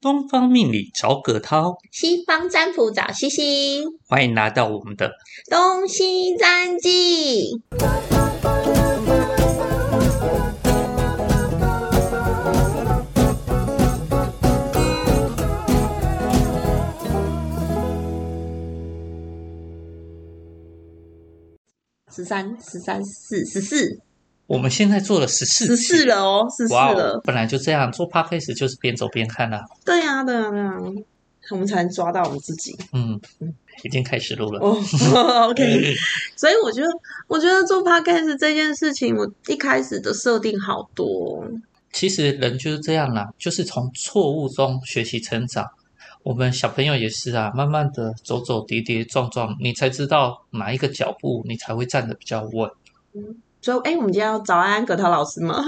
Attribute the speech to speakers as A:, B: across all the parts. A: 东方命理找葛涛，
B: 西方占卜找西西，
A: 欢迎来到我们的
B: 东西占记。十三、十三、四、十四、
A: 我们现在做了十四
B: 十四了哦，十四
A: 哇
B: 了
A: 哦，。本来就这样做 podcast 就是边走边看啦、
B: 对啊，对啊，对啊，我们才能抓到我们自己。
A: 嗯，已经开始录了。
B: 哦、o k 所以我觉得，我觉得做 podcast 这件事情，我一开始的设定好多哦，
A: 其实人就是这样啦，就是从错误中学习成长。我们小朋友也是啊，慢慢的走走跌跌撞撞，你才知道哪一个脚步你才会站得比较稳。
B: 所以，哎，我们今天要早安葛涛老师吗？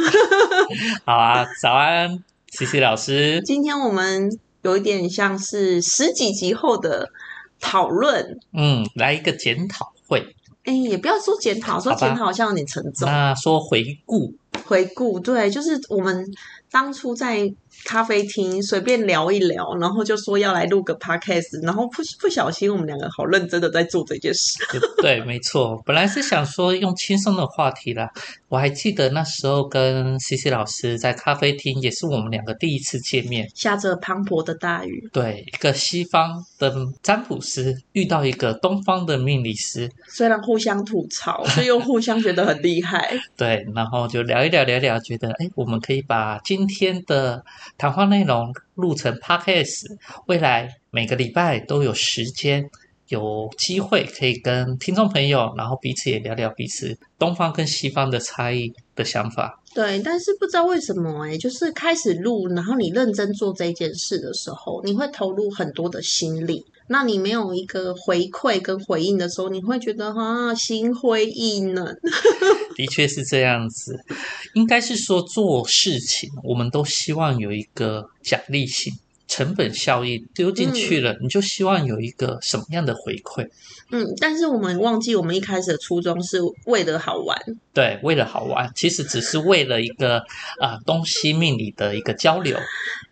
A: 好啊，早安，琪琪老师。
B: 今天我们有一点像是十几集后的讨论，
A: 嗯，来一个检讨会。
B: 哎，也不要说检讨，说
A: 好吧
B: 检讨好像有点沉重。
A: 那说回顾，
B: 回顾，对，就是我们当初在咖啡厅随便聊一聊，然后就说要来录个 podcast，然后不不小心我们两个好认真的在做这件事。
A: 对，没错，本来是想说用轻松的话题啦。我还记得那时候跟西西老师在咖啡厅，也是我们两个第一次见面。
B: 下着磅礴的大雨，
A: 对，一个西方的占卜师遇到一个东方的命理师，
B: 虽然互相吐 槽，却又互相觉得很厉害。
A: 对，然后就聊一聊，聊一聊，觉得哎，诶我们可以把今天的谈话内容录成 podcast，未来每个礼拜都有时间，有机会可以跟听众朋友，然后彼此也聊聊彼此东方跟西方的差异的想法。
B: 对，但是不知道为什么哎、就是开始录，然后你认真做这件事的时候，你会投入很多的心力。那你没有一个回馈跟回应的时候，你会觉得哈、心灰意冷。
A: 的确是这样子，应该是说做事情，我们都希望有一个奖励性。成本效益丢进去了，你就希望有一个什么样的回馈？
B: 嗯，但是我们忘记我们一开始的初衷是为了好玩。
A: 对，为了好玩，其实只是为了一个啊、呃东西命理的一个交流。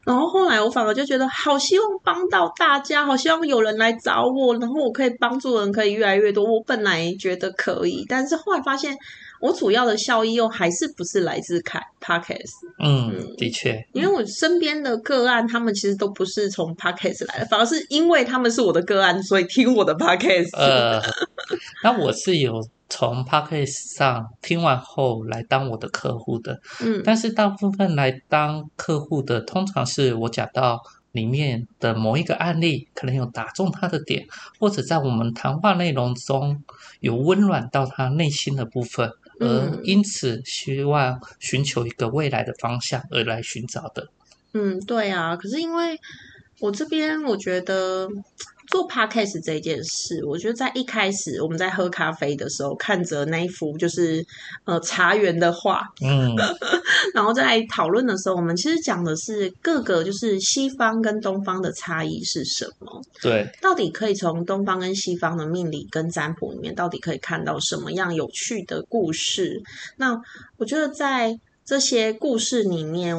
B: 然后后来我反而就觉得，好希望帮到大家，好希望有人来找我，然后我可以帮助人可以越来越多。我本来觉得可以，但是后来发现，我主要的效益又还是不是来自凯 Podcast，
A: 嗯，的 确，
B: 因为我身边的个案，他们其实都不是从 Podcast 来的，反而是因为他们是我的个案，所以听我的 Podcast。
A: 呃，那我是有从 p a c k a g e 上听完后来当我的客户的，
B: 嗯，
A: 但是大部分来当客户的，通常是我讲到里面的某一个案例，可能有打中他的点，或者在我们谈话内容中有温暖到他内心的部分，
B: 嗯
A: 而因此希望寻求一个未来的方向而来寻找的。
B: 嗯，对啊，可是因为我这边我觉得做 podcast 这件事，我觉得在一开始我们在喝咖啡的时候，看着那一幅就是呃茶园的画，
A: 嗯，
B: 然后在讨论的时候，我们其实讲的是各个就是西方跟东方的差异是什么，
A: 对，
B: 到底可以从东方跟西方的命理跟占卜里面，到底可以看到什么样有趣的故事？那我觉得在这些故事里面，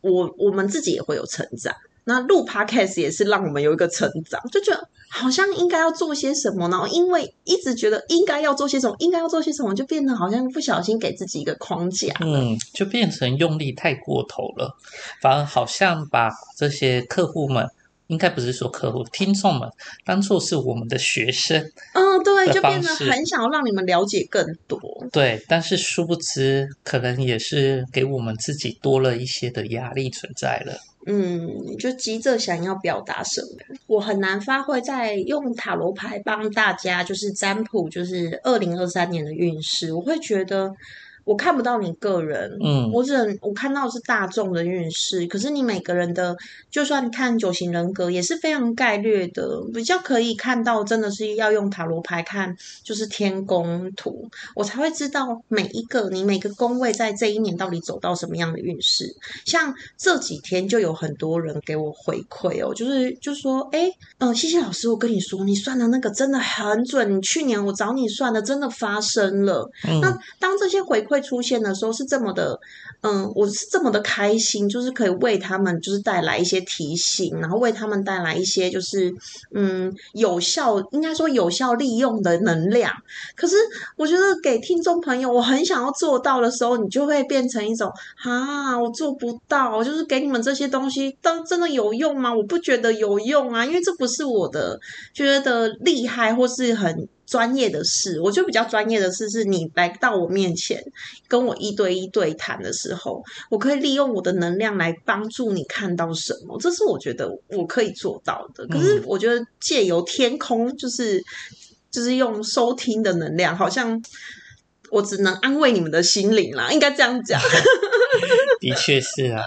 B: 我我们自己也会有成长。那录 podcast 也是让我们有一个成长，就觉得好像应该要做些什么，然后因为一直觉得应该要做些什么，应该要做些什么，就变得好像不小心给自己一个框架。
A: 嗯，就变成用力太过头了，反而好像把这些客户们，应该不是说客户，听众们，当做是我们的学生，
B: 嗯，对，
A: 的
B: 就
A: 方
B: 变得
A: 式
B: 很想要让你们了解更多。
A: 对，但是殊不知，可能也是给我们自己多了一些的压力存在了。
B: 嗯，就急着想要表达什么，我很难发挥在用塔罗牌帮大家就是占卜，就是二零二三年的运势，我会觉得我看不到你个人。
A: 嗯，
B: 我只能我看到的是大众的运势，可是你每个人的，就算看九型人格也是非常概略的，比较可以看到，真的是要用塔罗牌看，就是天宫图，我才会知道每一个你每个宫位在这一年到底走到什么样的运势。像这几天就有很多人给我回馈哦，就是就说，哎，嗯、谢谢老师，我跟你说，你算的那个真的很准，你去年我找你算的真的发生了。
A: 嗯
B: 那当这些回会出现的时候是这么的，嗯，我是这么的开心，就是可以为他们就是带来一些提醒，然后为他们带来一些就是嗯有效，应该说有效利用的能量。可是我觉得给听众朋友，我很想要做到的时候，你就会变成一种啊，我做不到，就是给你们这些东西，当真的有用吗？我不觉得有用啊，因为这不是我的觉得厉害或是很专业的事。我觉得比较专业的事是你来到我面前，跟我一对一对谈的时候，我可以利用我的能量来帮助你看到什么，这是我觉得我可以做到的。可是我觉得借由天空，就是就是用收听的能量，好像我只能安慰你们的心灵啦，应该这样讲。
A: 的确是啊，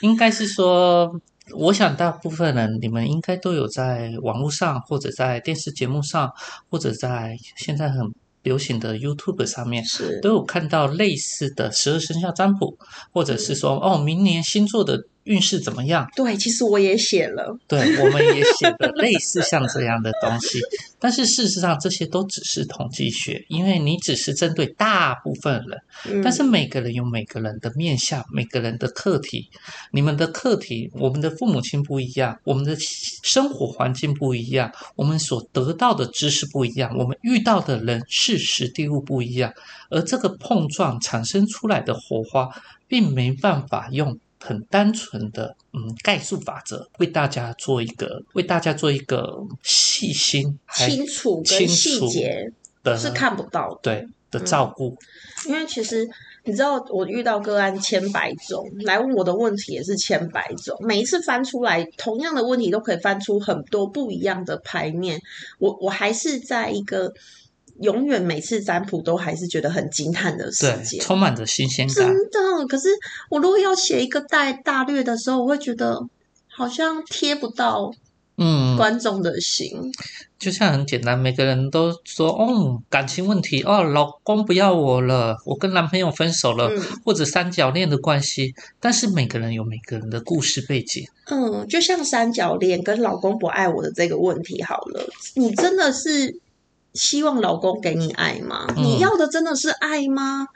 A: 应该是说，我想大部分人你们应该都有在网络上，或者在电视节目上，或者在现在很流行的 YouTube 上面，
B: 是
A: 都有看到类似的十二生肖占卜，或者是说哦，明年星座的运势怎么样？
B: 对，其实我也写了，
A: 对，我们也写的类似像这样的东西，但是事实上这些都只是统计学，因为你只是针对大部分人。
B: 嗯、
A: 但是每个人有每个人的面向，每个人的课题。你们的课题，我们的父母亲不一样，我们的生活环境不一样，我们所得到的知识不一样，我们遇到的人、事、实地物不一样，而这个碰撞产生出来的火花，并没办法用很单纯的嗯概述法则为大家做一个为大家做一个细心还
B: 清楚
A: 清
B: 跟
A: 楚
B: 细节
A: 的
B: 是看嗯不到的。
A: 对的照顾，
B: 因为其实你知道，我遇到个案千百种，来问我的问题也是千百种，每一次翻出来同样的问题都可以翻出很多不一样的牌面。我我还是在一个永远每次占卜都还是觉得很惊叹的世
A: 对，
B: 界。
A: 充满着新鲜
B: 真
A: 感。
B: 的，可是我如果要写一个大大略的时候，我会觉得好像贴不到
A: 嗯，
B: 观众的心。
A: 就像很简单，每个人都说，哦，感情问题，哦，老公不要我了，我跟男朋友分手了，
B: 嗯
A: 或者三角恋的关系。但是每个人有每个人的故事背景，
B: 嗯，就像三角恋跟老公不爱我的这个问题好了，你真的是希望老公给你爱吗？
A: 嗯
B: 你要的真的是爱吗？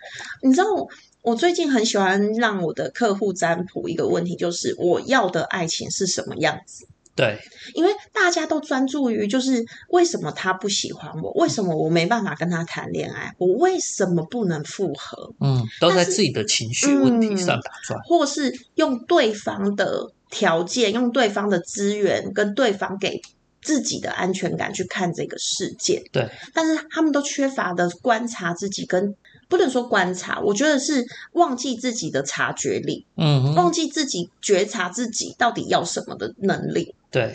B: 你知道我我最近很喜欢让我的客户占卜一个问题，就是我要的爱情是什么样子？
A: 对，
B: 因为大家都专注于就是为什么他不喜欢我，为什么我没办法跟他谈恋爱，我为什么不能复合？
A: 嗯，都在
B: 但是
A: 自己的情绪问题
B: 嗯
A: 上打转。
B: 或是用对方的条件、用对方的资源跟对方给自己的安全感去看这个世界，
A: 对，
B: 但是他们都缺乏的观察自己跟。不能说观察，我觉得是忘记自己的察觉力，
A: 嗯哼，
B: 忘记自己觉察自己到底要什么的能力。
A: 对，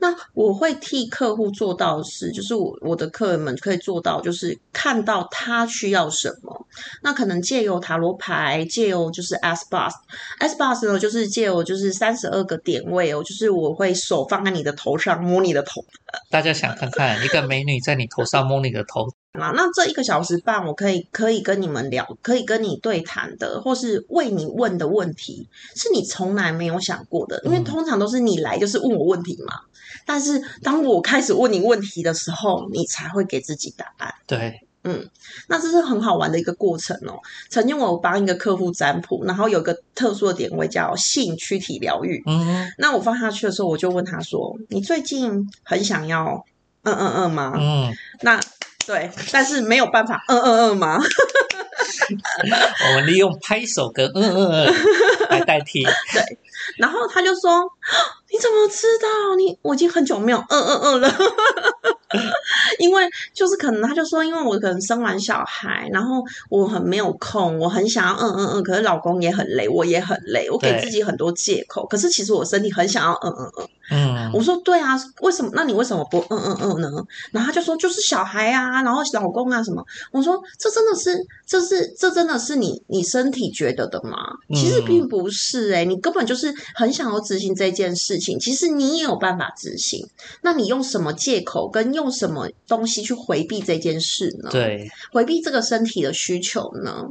B: 那我会替客户做到的是，就是我我的客人们可以做到，就是看到他需要什么，那可能借由塔罗牌，借由就是 S bus S bus 呢，就是借由就是三十二个点位哦，就是我会手放在你的头上，摸你的头
A: 大家想看看一个美女在你头上摸你的头，
B: 嘛。那这一个小时半，我可以可以跟你们聊，可以跟你对谈的，或是为你问的问题，是你从来没有想过的，因为
A: 嗯
B: 通常都是你来就是问我问题嘛。但是当我开始问你问题的时候，你才会给自己答案。
A: 对，
B: 那这是很好玩的一个过程哦。曾经我有帮一个客户占卜，然后有一个特殊的点位叫性躯体疗愈。
A: 嗯哼
B: 那我放下去的时候，我就问他说：“你最近很想要嗯嗯嗯吗？”
A: 嗯，
B: 那对，但是没有办法嗯嗯嗯吗？
A: 我们利用拍手跟嗯嗯 嗯来代替。
B: 然后他就说：“你怎么知道？你我已经很久没有嗯嗯嗯了， 因为就是可能他就说，因为我可能生完小孩，然后我很没有空，我很想要嗯嗯嗯，可是老公也很累，我也很累，我给
A: 对
B: 自己很多借口。可是其实我身体很想要嗯嗯嗯。
A: 嗯，
B: 我说对啊，为什么？那你为什么不嗯嗯嗯呢？然后他就说就是小孩啊，然后老公啊什么。我说这真的是，这是这真的是你你身体觉得的吗？
A: 嗯
B: 其实并不是诶、你根本就是很想要执行这件事情，其实你也有办法执行。那你用什么借口跟用什么东西去回避这件事呢？
A: 对，
B: 回避这个身体的需求呢？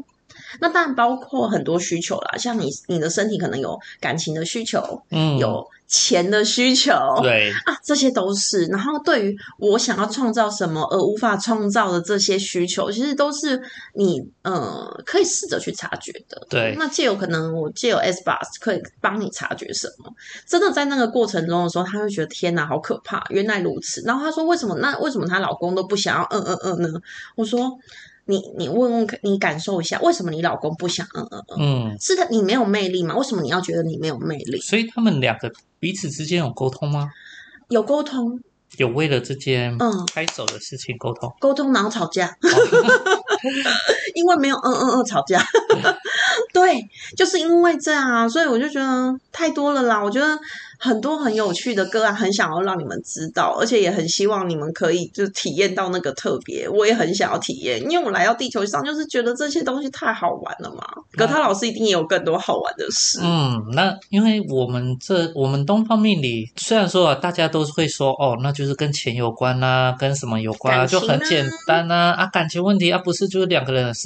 B: 那当然包括很多需求啦，像你你的身体可能有感情的需求，
A: 嗯，
B: 有钱的需求，
A: 对，
B: 啊，这些都是。然后对于我想要创造什么而无法创造的这些需求，其实都是你呃可以试着去察觉的。
A: 对
B: 那借有可能我借有 S bus 可以帮你察觉什么。真的在那个过程中的时候，他会觉得天哪，好可怕，原来如此。然后他说为什么？那为什么她老公都不想要嗯嗯嗯呢？我说你你问问看你感受一下，为什么你老公不想嗯嗯嗯？
A: 嗯，
B: 是他你没有魅力吗？为什么你要觉得你没有魅力？
A: 所以他们两个彼此之间有沟通吗？
B: 有沟通，
A: 有为了这件
B: 嗯
A: 拍手的事情沟通？
B: 沟通然后 吵架，因为没有嗯嗯嗯吵架，对，就是因为这样啊，所以我就觉得太多了啦。我觉得很多很有趣的个案，很想要让你们知道，而且也很希望你们可以就体验到那个特别。我也很想要体验，因为我来到地球上就是觉得这些东西太好玩了嘛。葛涛老师一定也有更多好玩的事，
A: 嗯，那因为我们这我们东方命理，虽然说啊，大家都会说哦，那就是跟钱有关啊，跟什么有关啊，
B: 感
A: 就
B: 情
A: 很
B: 啊
A: 简单啊，啊，感情问题啊，不是就是两个人的事。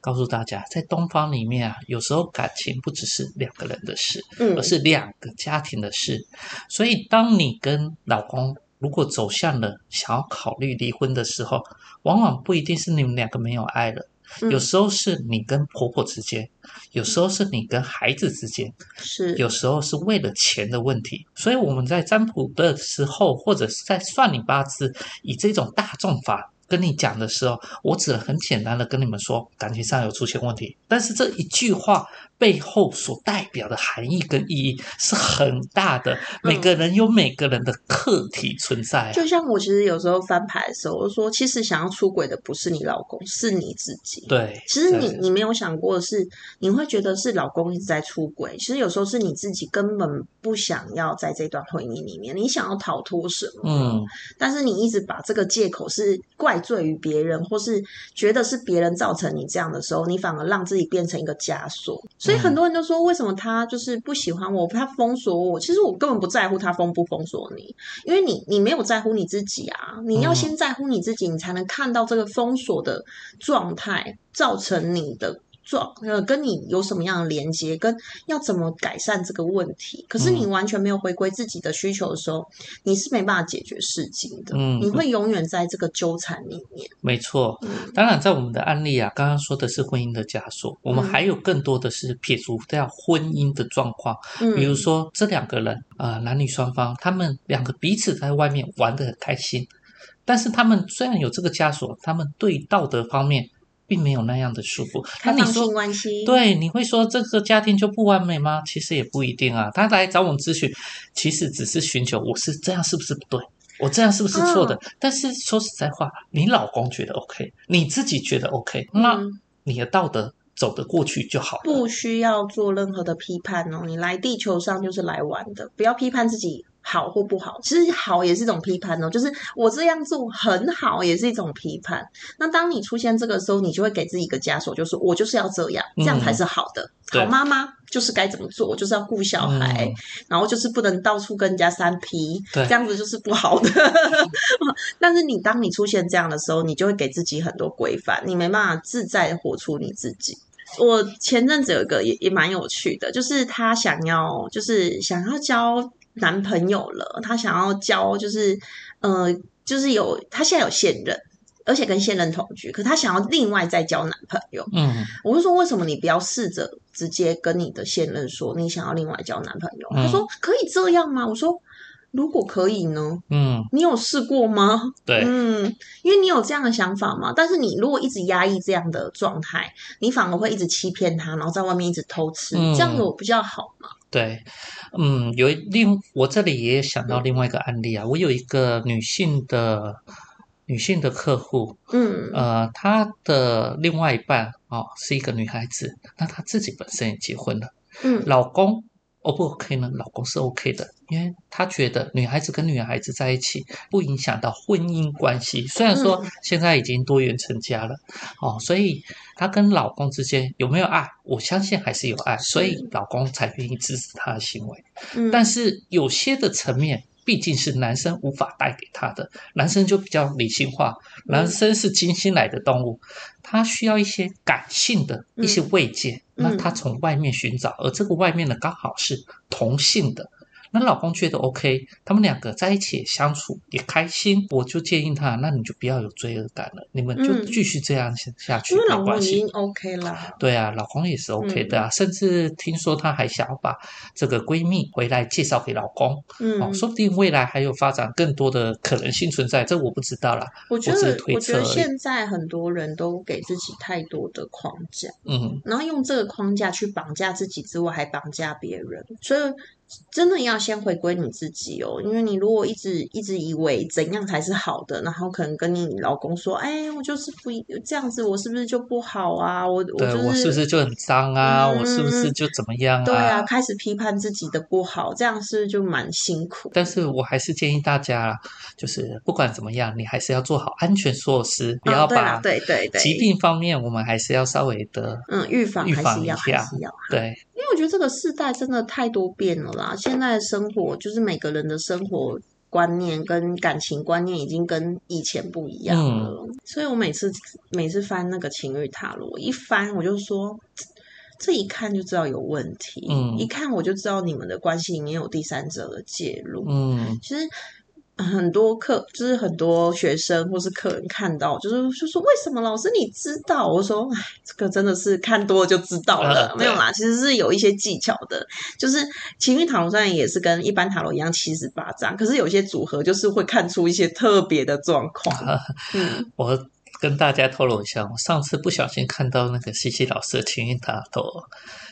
A: 告诉大家，在东方里面啊，有时候感情不只是两个人的事，
B: 嗯
A: 而，是两个家庭的事。所以，当你跟老公如果走向了想要考虑离婚的时候，往往不一定是你们两个没有爱了，
B: 嗯
A: 有时候是你跟婆婆之间，有时候是你跟孩子之间，
B: 是
A: 有时候是为了钱的问题。所以我们在占卜的时候，或者是在算你八字，以这种大众法。跟你讲的时候，我只能很简单的跟你们说，感情上有出现问题，但是这一句话背后所代表的含义跟意义是很大的。每个人有每个人的课题存在、啊，
B: 嗯就像我其实有时候翻牌的时候，我就说其实想要出轨的不是你老公，是你自己。
A: 对，
B: 其实你
A: 对
B: 你没有想过的是，你会觉得是老公一直在出轨。其实有时候是你自己根本不想要在这段婚姻里面，你想要逃脱什么？
A: 嗯，
B: 但是你一直把这个借口是怪罪于别人，或是觉得是别人造成你这样的时候，你反而让自己变成一个枷锁。所
A: 嗯
B: 以很多人都说，为什么他就是不喜欢我，他封锁我？其实我根本不在乎他封不封锁你，因为你你没有在乎你自己啊！你要
A: 嗯
B: 先在乎你自己，你才能看到这个封锁的状态造成你的。状呃，跟你有什么样的连接，跟要怎么改善这个问题？可是你
A: 嗯
B: 完全没有回归自己的需求的时候，你是没办法解决事情的，
A: 嗯
B: 你会永远在这个纠缠里面。
A: 没错
B: 嗯。
A: 当然，在我们的案例啊，刚刚说的是婚姻的枷锁，我们
B: 嗯
A: 还有更多的是撇除掉婚姻的状况，
B: 嗯，
A: 比如说这两个人啊、呃男女双方，他们两个彼此在外面玩得很开心，但是他们虽然有这个枷锁，他们对道德方面并没有那样的束缚。那
B: 开
A: 你
B: 放
A: 说
B: 性关系，，
A: 对，你会说这个家庭就不完美吗？其实也不一定啊。他来找我们咨询，其实只是寻求我是这样是不是不对，我这样是不是错的。
B: 嗯
A: 但是说实在话，你老公觉得 OK，你自己觉得 OK，那
B: 嗯，
A: 你的道德走得过去就好了。
B: 不需要做任何的批判哦。你来地球上就是来玩的，不要批判自己好或不好。其实好也是一种批判哦，就是我这样做很好，也是一种批判。那当你出现这个时候，你就会给自己一个枷锁，就是我就是要这样，这样才是好的。
A: 嗯对
B: 好妈妈就是该怎么做，我就是要顾小孩。
A: 嗯
B: 然后就是不能到处跟人家三 P，
A: 对嗯
B: 这样子就是不好的。 但是你当你出现这样的时候，你就会给自己很多规范，你没办法自在地活出你自己。我前阵子有一个也也蛮有趣的，就是她想要就是想要交男朋友了，她想要交就是呃就是有她现在有现任，而且跟现任同居，可她想要另外再交男朋友。
A: 嗯
B: 我就说为什么你不要试着直接跟你的现任说你想要另外交男朋友？
A: 嗯
B: 他说可以这样吗？我说如果可以呢？
A: 嗯，
B: 你有试过吗？
A: 对，
B: 嗯，因为你有这样的想法嘛，但是你如果一直压抑这样的状态，你反而会一直欺骗他，然后在外面一直偷吃，
A: 嗯
B: 这样有比较好嘛？
A: 对，嗯，有一另我这里也想到另外一个案例啊，我有一个女性的女性的客户，
B: 嗯
A: 呃，她的另外一半哦是一个女孩子，那她自己本身也结婚了，
B: 嗯
A: 老公 O 不 OK 呢？老公是 OK 的，因为她觉得女孩子跟女孩子在一起不影响到婚姻关系，虽然说
B: 嗯
A: 现在已经多元成家了哦，所以她跟老公之间有没有爱，我相信还是有爱，所以老公才愿意支持她的行为。
B: 嗯，
A: 但是有些的层面，毕竟是男生无法带给他的。男生就比较理性化，
B: 嗯
A: 男生是金星来的动物，他需要一些感性的一些慰藉。
B: 嗯
A: 那他从外面寻找，而这个外面呢刚好是同性的。那老公觉得 OK，他们两个在一起也相处也开心，我就建议他，那你就不要有罪恶感了，你们就
B: 嗯
A: 继续这样下去，
B: 因为
A: 没
B: 老公
A: 关
B: 已
A: 系。
B: 经 OK 了，
A: 对啊，老公也是 OK 的
B: 嗯
A: 啊，甚至听说她还想要把这个闺蜜回来介绍给老公，哦，
B: 嗯，
A: 说不定未来还有发展更多的可能性存在，这我不知道啦。
B: 我觉
A: 我只是
B: 得
A: 推
B: 我觉得
A: 测而已
B: 现在很多人都给自己太多的框架。
A: 嗯，
B: 然后用这个框架去绑架自己之外，还绑架别人，所以真的要先回归你自己哦。因为你如果一直一直以为怎样才是好的，然后可能跟你老公说：“哎，我就是不一这样子，我是不是就不好啊？我我
A: 对
B: 就是
A: 我是不是就很脏啊？
B: 嗯
A: 我是不是就怎么样
B: 对啊？”开始批判自己的不好，这样是不是就蛮辛苦？
A: 但是我还是建议大家，就是不管怎么样，你还是要做好安全措施，不要
B: 哦、对啦
A: 把
B: 对对对
A: 疾病方面，我们还是要稍微的，
B: 嗯预防
A: 预
B: 还
A: 防
B: 是
A: 一
B: 要还
A: 下
B: 是要。
A: 对，
B: 因为我觉得这个世代真的太多变了啦，现在的生活就是每个人的生活观念跟感情观念已经跟以前不一样了，
A: 嗯
B: 所以我每次每次翻那个情欲塔罗，一翻我就说。这一看就知道有问题，
A: 嗯
B: 一看我就知道你们的关系里面有第三者的介入。
A: 嗯
B: 其实很多课，就是很多学生或是客人看到，就是就说为什么老师你知道？我说，哎，这个真的是看多了就知道了，
A: 嗯对
B: 没有啦，其实是有一些技巧的。就是情欲塔罗虽然也是跟一般塔罗一样七十八张，可是有些组合就是会看出一些特别的状况。嗯，
A: 我跟大家透露一下，我上次不小心看到那个西西老师的情运塔罗，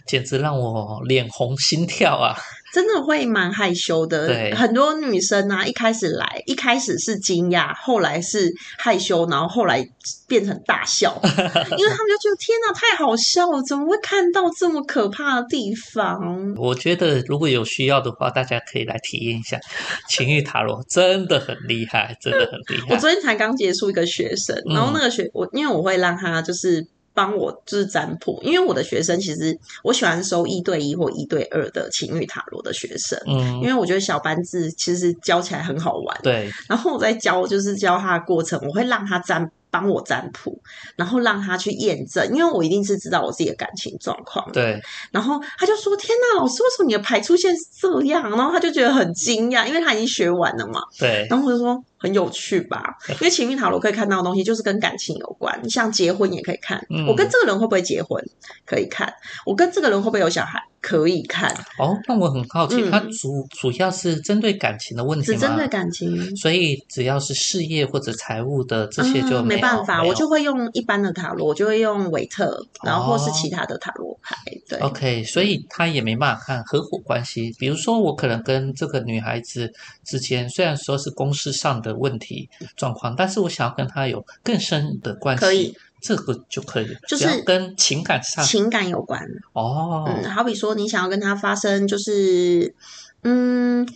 A: 简直让我脸红心跳啊！
B: 真的会蛮害羞的
A: 对。
B: 很多女生啊，一开始来，一开始是惊讶，后来是害羞，然后后来变成 大笑。因为他们就觉得天哪，太好笑了，怎么会看到这么可怕的地方？
A: 我觉得如果有需要的话，大家可以来体验一下情欲塔罗，真的很厉害，真的很厉
B: 我
A: 害。
B: 昨天才刚结束一个学生，
A: 嗯
B: 然后那个学我因为我会让他就是。帮我就是占卜，因为我的学生其实我喜欢收一对一或一对二的情侣塔罗的学生，因
A: 嗯，
B: 为我觉得小班制其实教起来很好玩。
A: 对，
B: 然后我在教就是教他的过程，我会让他占帮我占卜，然后让他去验证，因为我一定是知道我自己的感情状况。
A: 对，
B: 然后他就说：“天呐，老师，为什么你的牌出现是这样？”然后他就觉得很惊讶，因为他已经学完了嘛。
A: 对，
B: 然后我就说：“很有趣吧？因为情运塔罗可以看到的东西，就是跟感情有关，像结婚也可以看。
A: 嗯
B: 我跟这个人会不会结婚，可以看；我跟这个人会不会有小孩，可以看。
A: 哦，那我很好奇，
B: 嗯
A: 它主主要是针对感情的问题
B: 只
A: 吗？
B: 针对感情，
A: 所以只要是事业或者财务的这些就
B: 嗯没
A: 有
B: 办法，
A: 没有
B: 我就会用一般的塔罗，我就会用韦特，然后或是
A: 哦
B: 其他的嗯塔罗牌。对，
A: OK，所以他也没办法看合伙关系。比如说，我可能跟这个女孩子之间，虽然说是公司上的问题状况，但是我想要跟她有更深的关系，
B: 嗯可以
A: 这个就可以了，
B: 就是
A: 只要跟情感上
B: 情感有关。
A: 哦，
B: 嗯，好比说你想要跟他发生就是嗯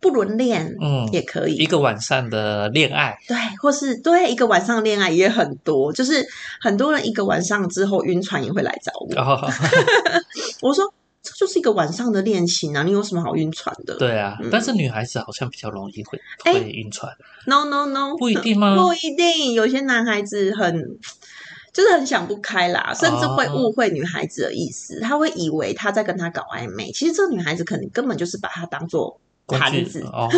B: 不伦恋
A: 嗯，
B: 也可以，
A: 一个晚上的恋爱，
B: 对，或是对一个晚上恋爱也很多，就是很多人一个晚上之后晕船也会来找我，
A: 然后
B: 我说。这就是一个晚上的恋情啊！你有什么好晕船 的
A: 对啊
B: 嗯，
A: 但是女孩子好像比较容易会
B: 哎呃
A: 会晕船，
B: ？No No No，
A: 不一定吗？
B: 不一定，有些男孩子很。就是很想不开啦，
A: 哦
B: 甚至会误会女孩子的意思，他会以为他在跟她搞暧昧，其实这个女孩子可能根本就是把他当做
A: 工
B: 盘
A: 具
B: 子。
A: 哦，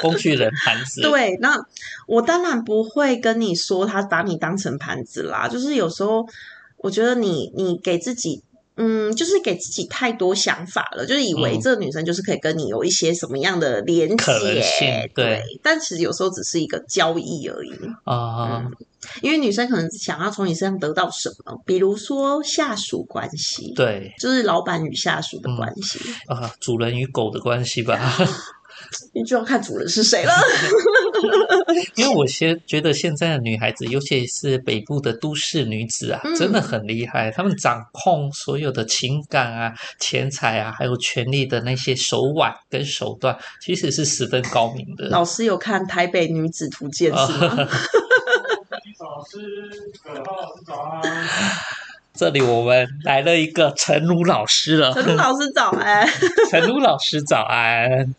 A: 工具人盘子，
B: 对，那我当然不会跟你说他把你当成盘子啦，就是有时候我觉得你你给自己。嗯，就是给自己太多想法了，就是以为
A: 嗯
B: 这个女生就是可以跟你有一些什么样的连接，
A: 可能性对
B: 但其实有时候只是一个交易而已。
A: 啊、
B: 嗯因为女生可能想要从你身上得到什么，比如说下属关系，，
A: 对。嗯
B: 就是老板与下属的关系，
A: 啊，主人与狗的关系 吧，
B: 你就要看主人是 谁了。
A: 因为我先觉得现在的女孩子，尤其是北部的都市女子啊，
B: 嗯
A: 真的很厉害，她们掌控所有的情感啊、钱财啊，还有权力的那些手腕跟手段，其实是十分高明的。啊
B: 老师有看《台北女子图鉴》是吗？
C: 老师，葛浩老师早安。
A: 这里我们来了一个陈儒老师了，
B: 陈露老师早哎安，
A: 陈儒老师早安。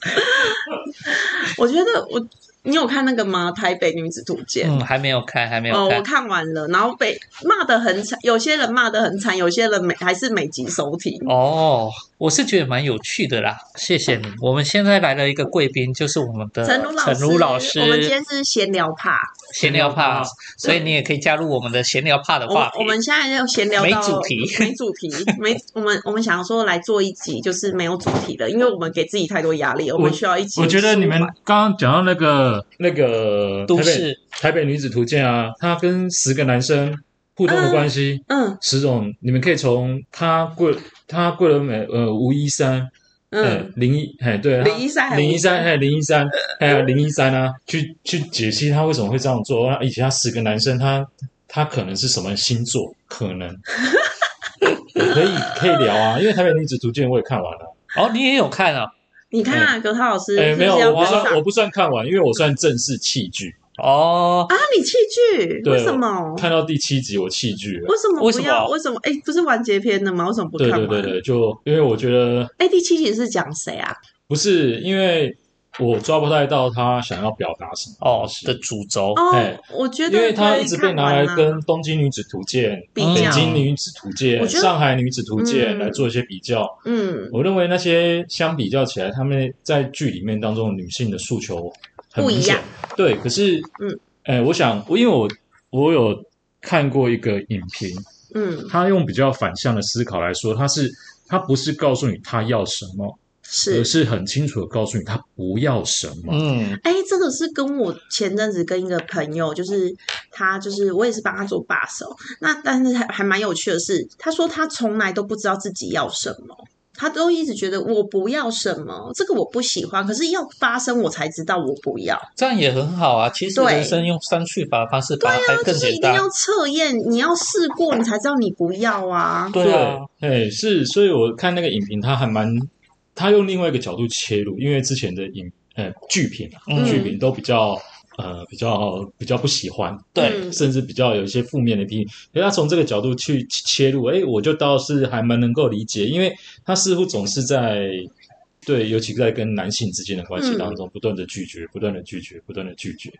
B: 我觉得我你有看那个吗？《台北女子图鉴》
A: 嗯，还没有看，还没有
B: 哦，
A: 看
B: 我。看完了，然后被骂的很惨，有些人骂的很惨，有些人每还是每集收听。
A: 哦，我是觉得蛮有趣的啦，谢谢你。我们现在来了一个贵宾，就是我们的
B: 陈儒老师，
A: 呃陈儒老师
B: 我们今天是闲聊趴，
A: 闲聊
C: 闲
A: 帕
C: 聊趴，
A: 所以你也可以加入我们的闲聊帕的
B: 我们
A: 话题。
B: 我们现在要闲聊到
A: 没主题
B: 没主题，没我们我们想要说来做一集就是没有主题的，因为我们给自己太多压力，我们需要一集
C: 我觉得你们刚刚讲到那个那个
A: 都
C: 台北
A: 市
C: 台北女子图鉴啊，她跟十个男生互动的关系，
B: 嗯
C: 十种，你们可以从她桂她桂纶镁呃吴一珊，呃
B: 嗯，
C: 林一哎对
B: 林一山还
C: 林一山，还有林一山，还有林一山啊，去去解析他为什么会这样做。那以前他十个男生，他他可能是什么星座？可能 也可以可以聊啊，因为台北女子图鉴我也看完了。
A: 哦，你也有看啊？
B: 你看啊，葛涛老师，
C: 哎，
B: 是不
C: 没
B: 是
C: 有，
B: 要
C: 我不
B: 跟上
C: 算我不算看完，因为我算正式弃剧。
A: 哦，
B: 啊，你弃剧，
C: 对
B: 为什么？
C: 看到第七集我弃剧了。
B: 为什么
A: 为什
B: 不
A: 么
B: 要？为什么？哎，不是完结篇的吗？为什么不看
C: 对对
B: 完？
C: 对对，就因为我觉得
B: 哎，第七集是讲谁啊？
C: 不是因为我抓不太到他想要表达什么
A: 哦
C: 东西
A: 的主轴，
B: 哦
C: 哎，
B: 我觉得
C: 因为它一直
B: 可以看
C: 被拿
B: 完
C: 来
B: 啊
C: 跟《东京女子图鉴》
B: 比
C: 北
B: 较，
C: 京女子图鉴
B: 我、觉得
C: 上海女子图
B: 嗯
C: 鉴来做一些比较。
B: 嗯，
C: 我认为那些相比较起来，他们在剧里面当中女性的诉求很
B: 不一
C: 明显
B: 样。
C: 对，可是，
B: 嗯
C: 嗯，哎，我想，我因为我我有看过一个影评，
B: 嗯，
C: 他用比较反向的思考来说，他是他不是告诉你他要什么，
B: 是。
C: 而是很清楚的告诉你他不要什么。
A: 嗯，
B: 哎，这个是跟我前阵子跟一个朋友，就是他，就是我也是帮他做把手。那但是还还蛮有趣的是，他说他从来都不知道自己要什么，他都一直觉得我不要什么，这个我不喜欢。可是要发生我才知道我不要。
A: 这样也很好啊。其实
B: 对啊
A: 人生用删去法的方式，反而还
B: 就
A: 更
B: 是
A: 简
B: 一定
A: 单
B: 要。测验，你要试过，你才知道你不要啊。
A: 对啊，
C: 哎，是，所以我看那个影评，他还蛮，他用另外一个角度切入，因为之前的影呃剧评啊
A: 嗯
C: 剧评都比较呃比较比较不喜欢，
A: 对，
B: 嗯
C: 甚至比较有一些负面的批评。可是他从这个角度去切入，哎，我就倒是还蛮能够理解，因为他似乎总是在。对，尤其在跟男性之间的关系当中，不断的拒绝，不断的拒绝，不断的拒绝。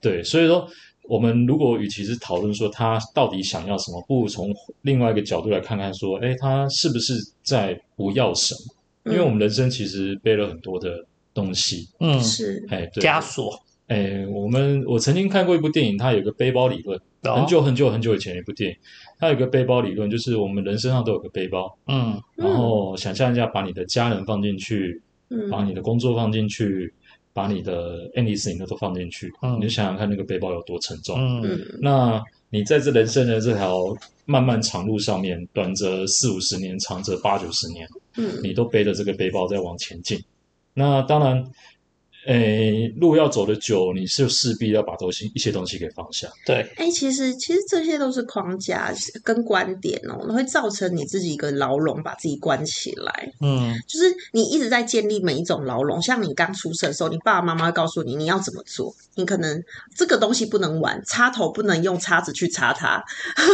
C: 对，所以说我们如果与其是讨论说他到底想要什么，不如从另外一个角度来看看说，哎，他是不是在不要什么？因为我们人生其实背了很多的东西，
A: 嗯
B: 嗯，是
C: 哎，对，
A: 枷锁，
C: 哎，我们我曾经看过一部电影，它有个背包理论，
A: 哦
C: 很，久很久很久以前的一部电影，它有个背包理论，就是我们人身上都有个背包，
A: 嗯
C: 然后想象一下，把你的家人放进去，
B: 嗯
C: 把你的工作放进去，把你的 anything 都放进去，
A: 嗯
C: 你就想想看那个背包有多沉重。
A: 嗯，
B: 嗯
C: 那你在这人生的这条漫漫长路上面，短则四五十年，长则八九十年，
B: 嗯
C: 你都背着这个背包在往前进。那当然，诶，路要走的久，你是势必要把东西一些东西给放下。
A: 对，
B: 哎、其实其实这些都是框架跟观点哦，会造成你自己一个牢笼，把自己关起来。
A: 嗯
B: 就是你一直在建立每一种牢笼，像你刚出生的时候，你爸爸妈妈会告诉你你要怎么做，你可能这个东西不能玩，插头不能用叉子去插它，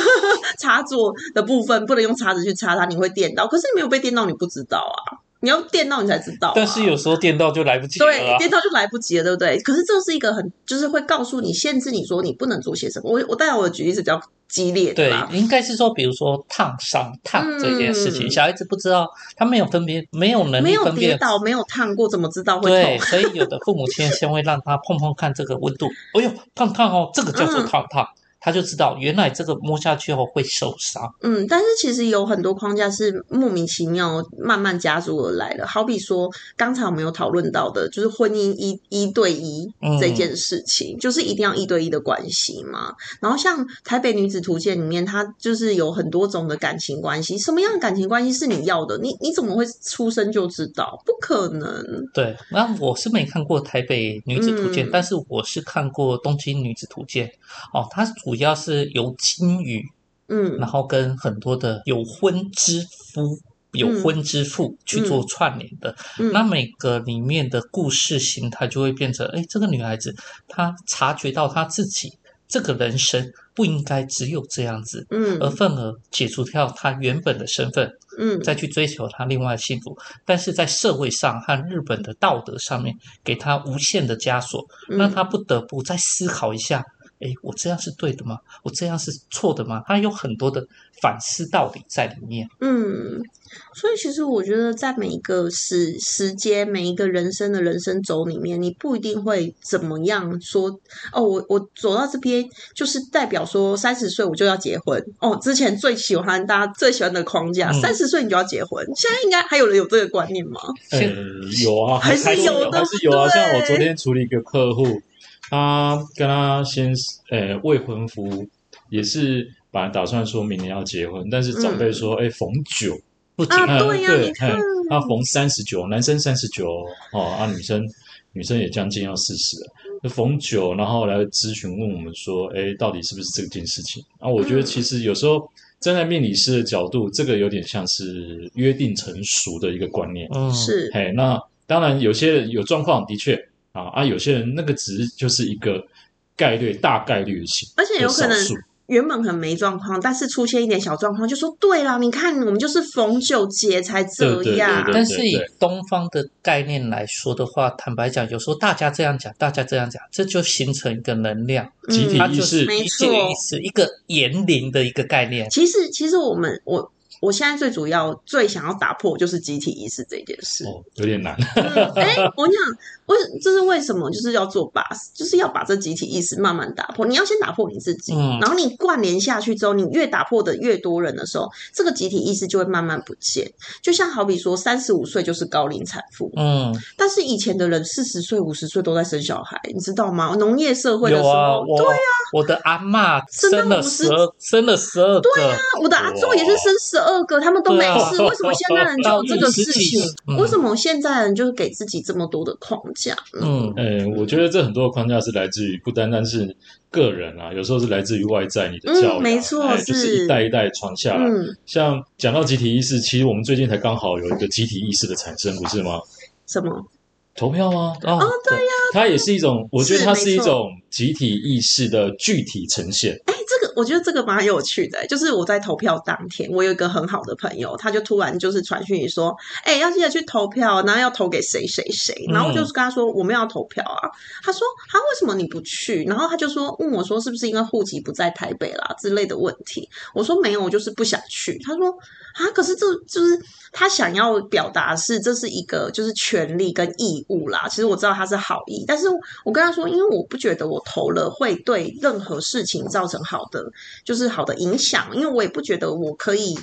B: 插座的部分不能用叉子去插它，你会电到。可是你没有被电到，你不知道啊，你要电到你才知道啊、
A: 但是有时候电到就来不及了
B: 对，
A: 啊。
B: 电到就来不及了，对不对？可是这是一个很，就是会告诉你、限制你说你不能做些什么。我我当然我举例是比较激烈的
A: 对
B: 啦，，
A: 应该是说，比如说烫伤、烫这件事情，
B: 嗯
A: 小孩子不知道，他没有分别，没有能
B: 没
A: 力
B: 有
A: 分
B: 跌
A: 辨。
B: 倒，没有烫过，怎么知道会
A: 对，
B: 痛？
A: 所以有的父母亲先会让他碰碰看这个温 度，哎呦，烫烫哦，这个叫做
B: 嗯
A: 烫烫，他就知道原来这个摸下去后会受伤。
B: 嗯，但是其实有很多框架是莫名其妙慢慢加诸而来的。好比说刚才我们有讨论到的，就是婚姻一一对一
A: 嗯
B: 这件事情，就是一定要一对一的关系嘛。然后像《台北女子图鉴》里面，它就是有很多种的感情关系，什么样的感情关系是你要的？你你怎么会出生就知道？不可能。
A: 对，那我是没看过《台北女子图鉴》
B: 嗯
A: 但是我是看过《东京女子图鉴》哦，它主要是由金鱼，
B: 嗯
A: 然后跟很多的有婚之夫、有婚之妇去做串联的。
B: 嗯，
A: 那每个里面的故事形态就会变成，哎，这个女孩子她察觉到她自己这个人生不应该只有这样子，
B: 嗯
A: 而份而解除掉他原本的身份，
B: 嗯
A: 再去追求他另外的幸福。但是在社会上和日本的道德上面，给他无限的枷锁，
B: 嗯
A: 让他不得不再思考一下：诶，我这样是对的吗？我这样是错的吗？他有很多的反思道理在里面。
B: 嗯，所以其实我觉得，在每一个时时间、每一个人生的人生轴里面，你不一定会怎么样说哦，我我走到这边就是代表说三十岁我就要结婚哦。之前最喜欢大家最喜欢的框架，
A: 嗯
B: 三十岁你就要结婚，现在应该还有人有这个观念吗？
C: 呃
A: 现，
C: 有啊，
B: 还
C: 还
B: 是
C: 是
B: 有的
C: 还是有啊。
B: 对
C: 像我昨天处理一个客户，他跟他先呃未婚夫也是本来打算说明年要结婚，但是长辈说，哎、逢九，
A: 不仅
B: 啊，
C: 嗯
B: 对呀、
C: 对
B: 你看
C: 哎，他逢三十九，男生三十九哦，啊，女生女生也将近要四十了。
B: 嗯
C: 那逢九，然后来咨询问我们说，哎，到底是不是这件事情？啊，我觉得
B: 嗯
C: 其实有时候站在命理师的角度，这个有点像是约定成熟的一个观念。
A: 嗯，
B: 是，
C: 嘿，那当然有些人有状况，的确啊啊，有些人那个只是就是一个概率，大概率性，
B: 而且有可能
C: 少数
B: 原本很没状况，但是出现一点小状况，就说对啦，你看我们就是逢九节才这
C: 对对
B: 样，
C: 对
A: 但是以
C: 对
A: 东方的概念来说的话，坦白讲，有时候大家这样讲，大家这样讲，这就形成一个能量，
C: 集体
A: 它
C: 意
A: 就
C: 识
A: 是
B: 嗯没
A: 一个
B: 错
A: 意识，一个言灵的一个概念。
B: 其实，其实我们我我现在最主要最想要打破就是集体意识这件事。
C: 哦，有点难。
B: 嗯哎、我想，为这是为什么？就是要做 bus，就是要把这集体意识慢慢打破。你要先打破你自己，
A: 嗯
B: 然后你关联下去之后，你越打破的越多人的时候，这个集体意识就会慢慢不见。就像好比说，三十五岁就是高龄产妇，
A: 嗯，
B: 但是以前的人四十岁、五十岁都在生小孩，你知道吗？农业社会的时
A: 有
B: 候，
A: 啊，我我的阿嬷
B: 生到
A: 生了
B: 50
A: 十二，生了十二个，
B: 啊我的阿周也是生十二个，他们都没事，
A: 对啊
B: 为什么现在人就有这个事
A: 到
B: 情
A: 底是几？嗯
B: 为什么现在人就是给自己这么多的框架？嗯
A: 嗯，
C: 呃，我觉得这很多的框架是来自于不单单是个人啊，有时候是来自于外在你的
B: 嗯
C: 教养，
B: 没错
C: 哎就是
B: 是
C: 一代一代传
A: 啊
C: 下来。
B: 嗯，
C: 像讲到集体意识，其实我们最近才刚好有一个集体意识的产生，不是吗？
B: 什么？
C: 投票吗？哦
B: 哦，
C: 对呀、它也是一种，我觉得它
B: 是
C: 是一
B: 没错
C: 种集体意识的具体呈现。
B: 哎，这个我觉得这个蛮有趣的、欸就是我在投票当天，我有一个很好的朋友，他就突然就是传讯息说，哎，要记得去投票，然后要投给谁谁谁，
A: 嗯
B: 然后我就是跟他说我们要投票啊，他说他为什么你不去？然后他就说问我说是不是因为户籍不在台北啦之类的问题，我说没有，我就是不想去。他说啊，可是这就是他想要表达是这是一个就是权利跟义务啦。其实我知道他是好意，但是我跟他说，因为我不觉得我投了会对任何事情造成好的就是好的影响，因为我也不觉得我可以。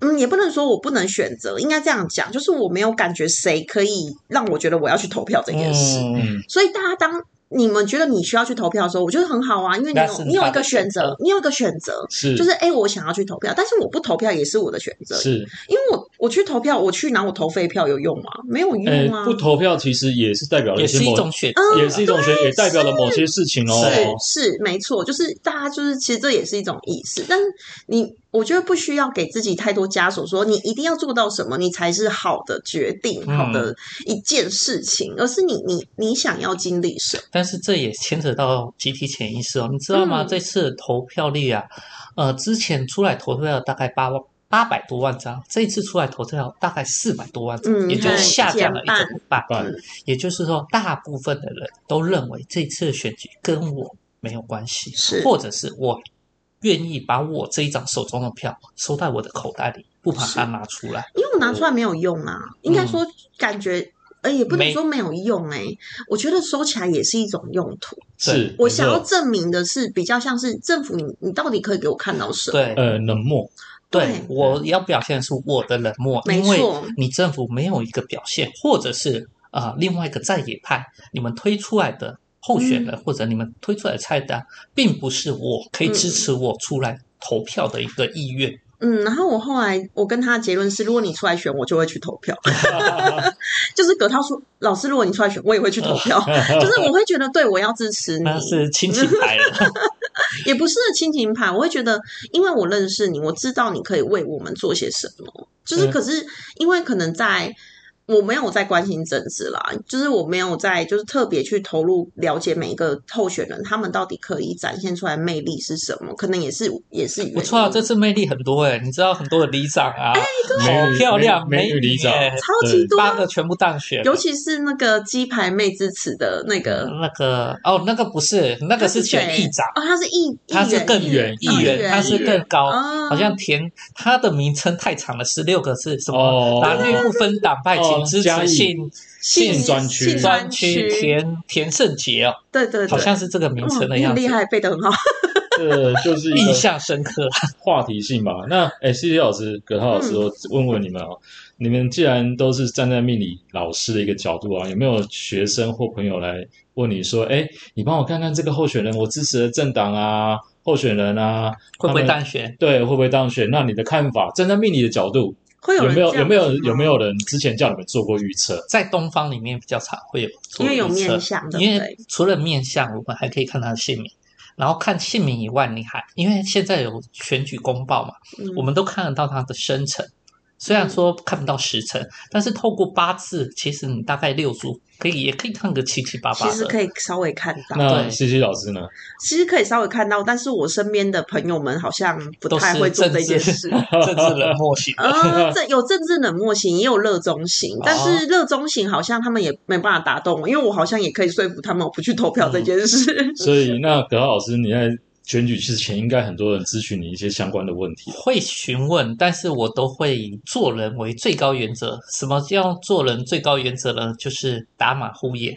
B: 嗯，也不能说我不能选择，应该这样讲，就是我没有感觉谁可以让我觉得我要去投票这件事。
A: 嗯，
C: 嗯，
B: 所以大家当你们觉得你需要去投票的时候，我觉得很好啊，因为你
A: 那是
B: 有你有
A: 他
B: 一个
A: 的选
B: 选择
A: 择，
B: 你有一个选择，
C: 是
B: 就是哎、诶我想要去投票，但是我不投票也是我的选择，
C: 是，
B: 因为我我去投票，我去拿我投废票有用吗？没有
C: 呃
B: 用啊，，嗯
C: 不投票其实也是代表了
A: 也
C: 些
A: 是一
C: 某，
A: 种选择，
C: 也是一种选，也代表了某些事情哦。
B: 是是没错，就是大家就是其实这也是一种意识，但是你我觉得不需要给自己太多枷锁，说你一定要做到什么，你才是好的决定，
A: 嗯
B: 好的一件事情，而是你你你想要经历什么。
A: 但是这也牵扯到集体潜意识哦，你知道吗？
B: 嗯
A: 这次投票率啊，呃，之前出来投票大概八万八百多万张，这一次出来投票大概四百多万张，
B: 嗯
A: 也就是
B: 对
A: 下降了一
B: 减半
A: 整半。
C: 半
A: 也就是说，大部分的人都认为这次的选举跟我没有关系，
B: 是
A: 或者是我愿意把我这一张手中的票收在我的口袋里，不把它拿出来。
B: 因为我拿出来没有用啊，
C: 嗯
B: 应该说感觉。呃，也不能说没有用哎、我觉得收起来也是一种用途。
C: 是，
B: 我想要
C: 没错
B: 证明的是，比较像是政府你，你到底可以给我看到什么？
A: 对，
C: 呃冷漠，
A: 对
B: 对，
A: 我要表现的是我的冷漠，
B: 没
A: 因为
B: 错
A: 你政府没有一个表现，或者是啊、呃另外一个在野派，你们推出来的候选
B: 嗯
A: 人、或者你们推出来的菜单，并不是我可以支持我出来投票的一个意愿。
B: 嗯，然后我后来我跟他的结论是，如果你出来选，我就会去投票。 就是葛涛说，老师，如果你出来选，我也会去投票。 就是我会觉得，对我要 支持你，
A: 那是亲情牌 了，
B: 也不是亲情牌，我会觉得，因为我认识你，我知道你可以为我们做些什么。就是，
C: 嗯
B: 可是因为可能在我没有在关心政治啦，就是我没有在就是特别去投入了解每一个候选人他们到底可以展现出来魅力是什么，可能也是也是
A: 不错啊，这次魅力很多哎、你知道很多的里长啊，好
C: 美女
A: 漂亮，
C: 美美女里长
A: 耶
B: 超级哎多啊，
A: 八个全部当选，
B: 尤其是那个鸡排妹支持的那个，
A: 那个哦，那个不是，那个是选议长，
B: 哦，他是议，
A: 他是更
B: 议
A: 远
B: 员
A: 议员，他是更高，
B: 哦
A: 好像田他的名称太长了，十六个字，什么
C: 哦，
A: 蓝绿不分党派，
C: 哦
A: 请支
C: 嘉
A: 持
C: 义
A: 性
C: 性专区
B: 性
A: 专
B: 哦专
A: 区
B: 区，
A: 田田圣杰哦，
B: 对对对，
A: 好像是这个名称
B: 嗯
A: 的
B: 你
A: 样
B: 很
A: 子
B: 厉，害，背得很好。
C: 这就是 一
A: 印
C: 个
A: 象深刻。
C: 话题性吧。那哎，C C 老师、葛浩老师，
B: 嗯
C: 我问问你们哦，你们既然都是站在命理老师的一个角度啊，有没有学生或朋友来问你说，哎，你帮我看看这个候选人，我支持的政党啊，候选人啊，
A: 会不会
C: 他们
A: 当选？
C: 对会不会当选？那你的看法，站在命理的角度，
B: 会
C: 有
B: 人
C: 没有
B: 这样
C: 有没有
B: 子吗
C: 有没？有人之前叫你们做过预测？
A: 在东方里面比较常会有做
B: 因为有
A: 预测
B: 面相，对不
A: 因为
B: 对
A: 除了面相，我们还可以看他的姓名，然后看姓名以外，你还因为现在有选举公报嘛，
B: 嗯
A: 我们都看得到他的生辰，虽然说看不到时辰，但是透过八字，其实你大概六组可以也可以看个七七八八
B: 其实
A: 的。
B: 可以稍微看到，
C: 那
A: 对
C: C C 老师呢？
B: 其实可以稍微看到，但是我身边的朋友们好像不
A: 都
B: 太
A: 是
B: 会做
A: 政
B: 这件
A: 治
B: 事。
A: 政治冷漠型，
B: 呃，这有政治冷漠型，也有热衷型，但
A: 哦
B: 是热衷型好像他们也没办法打动我，因为我好像也可以说服他们我不去投票这件事。
C: 所以那葛浩老师，你在选举之前，应该很多人咨询你一些相关的问题哦。
A: 会询问，但是我都会以做人为最高原则。什么叫做人最高原则呢？就是打马虎眼，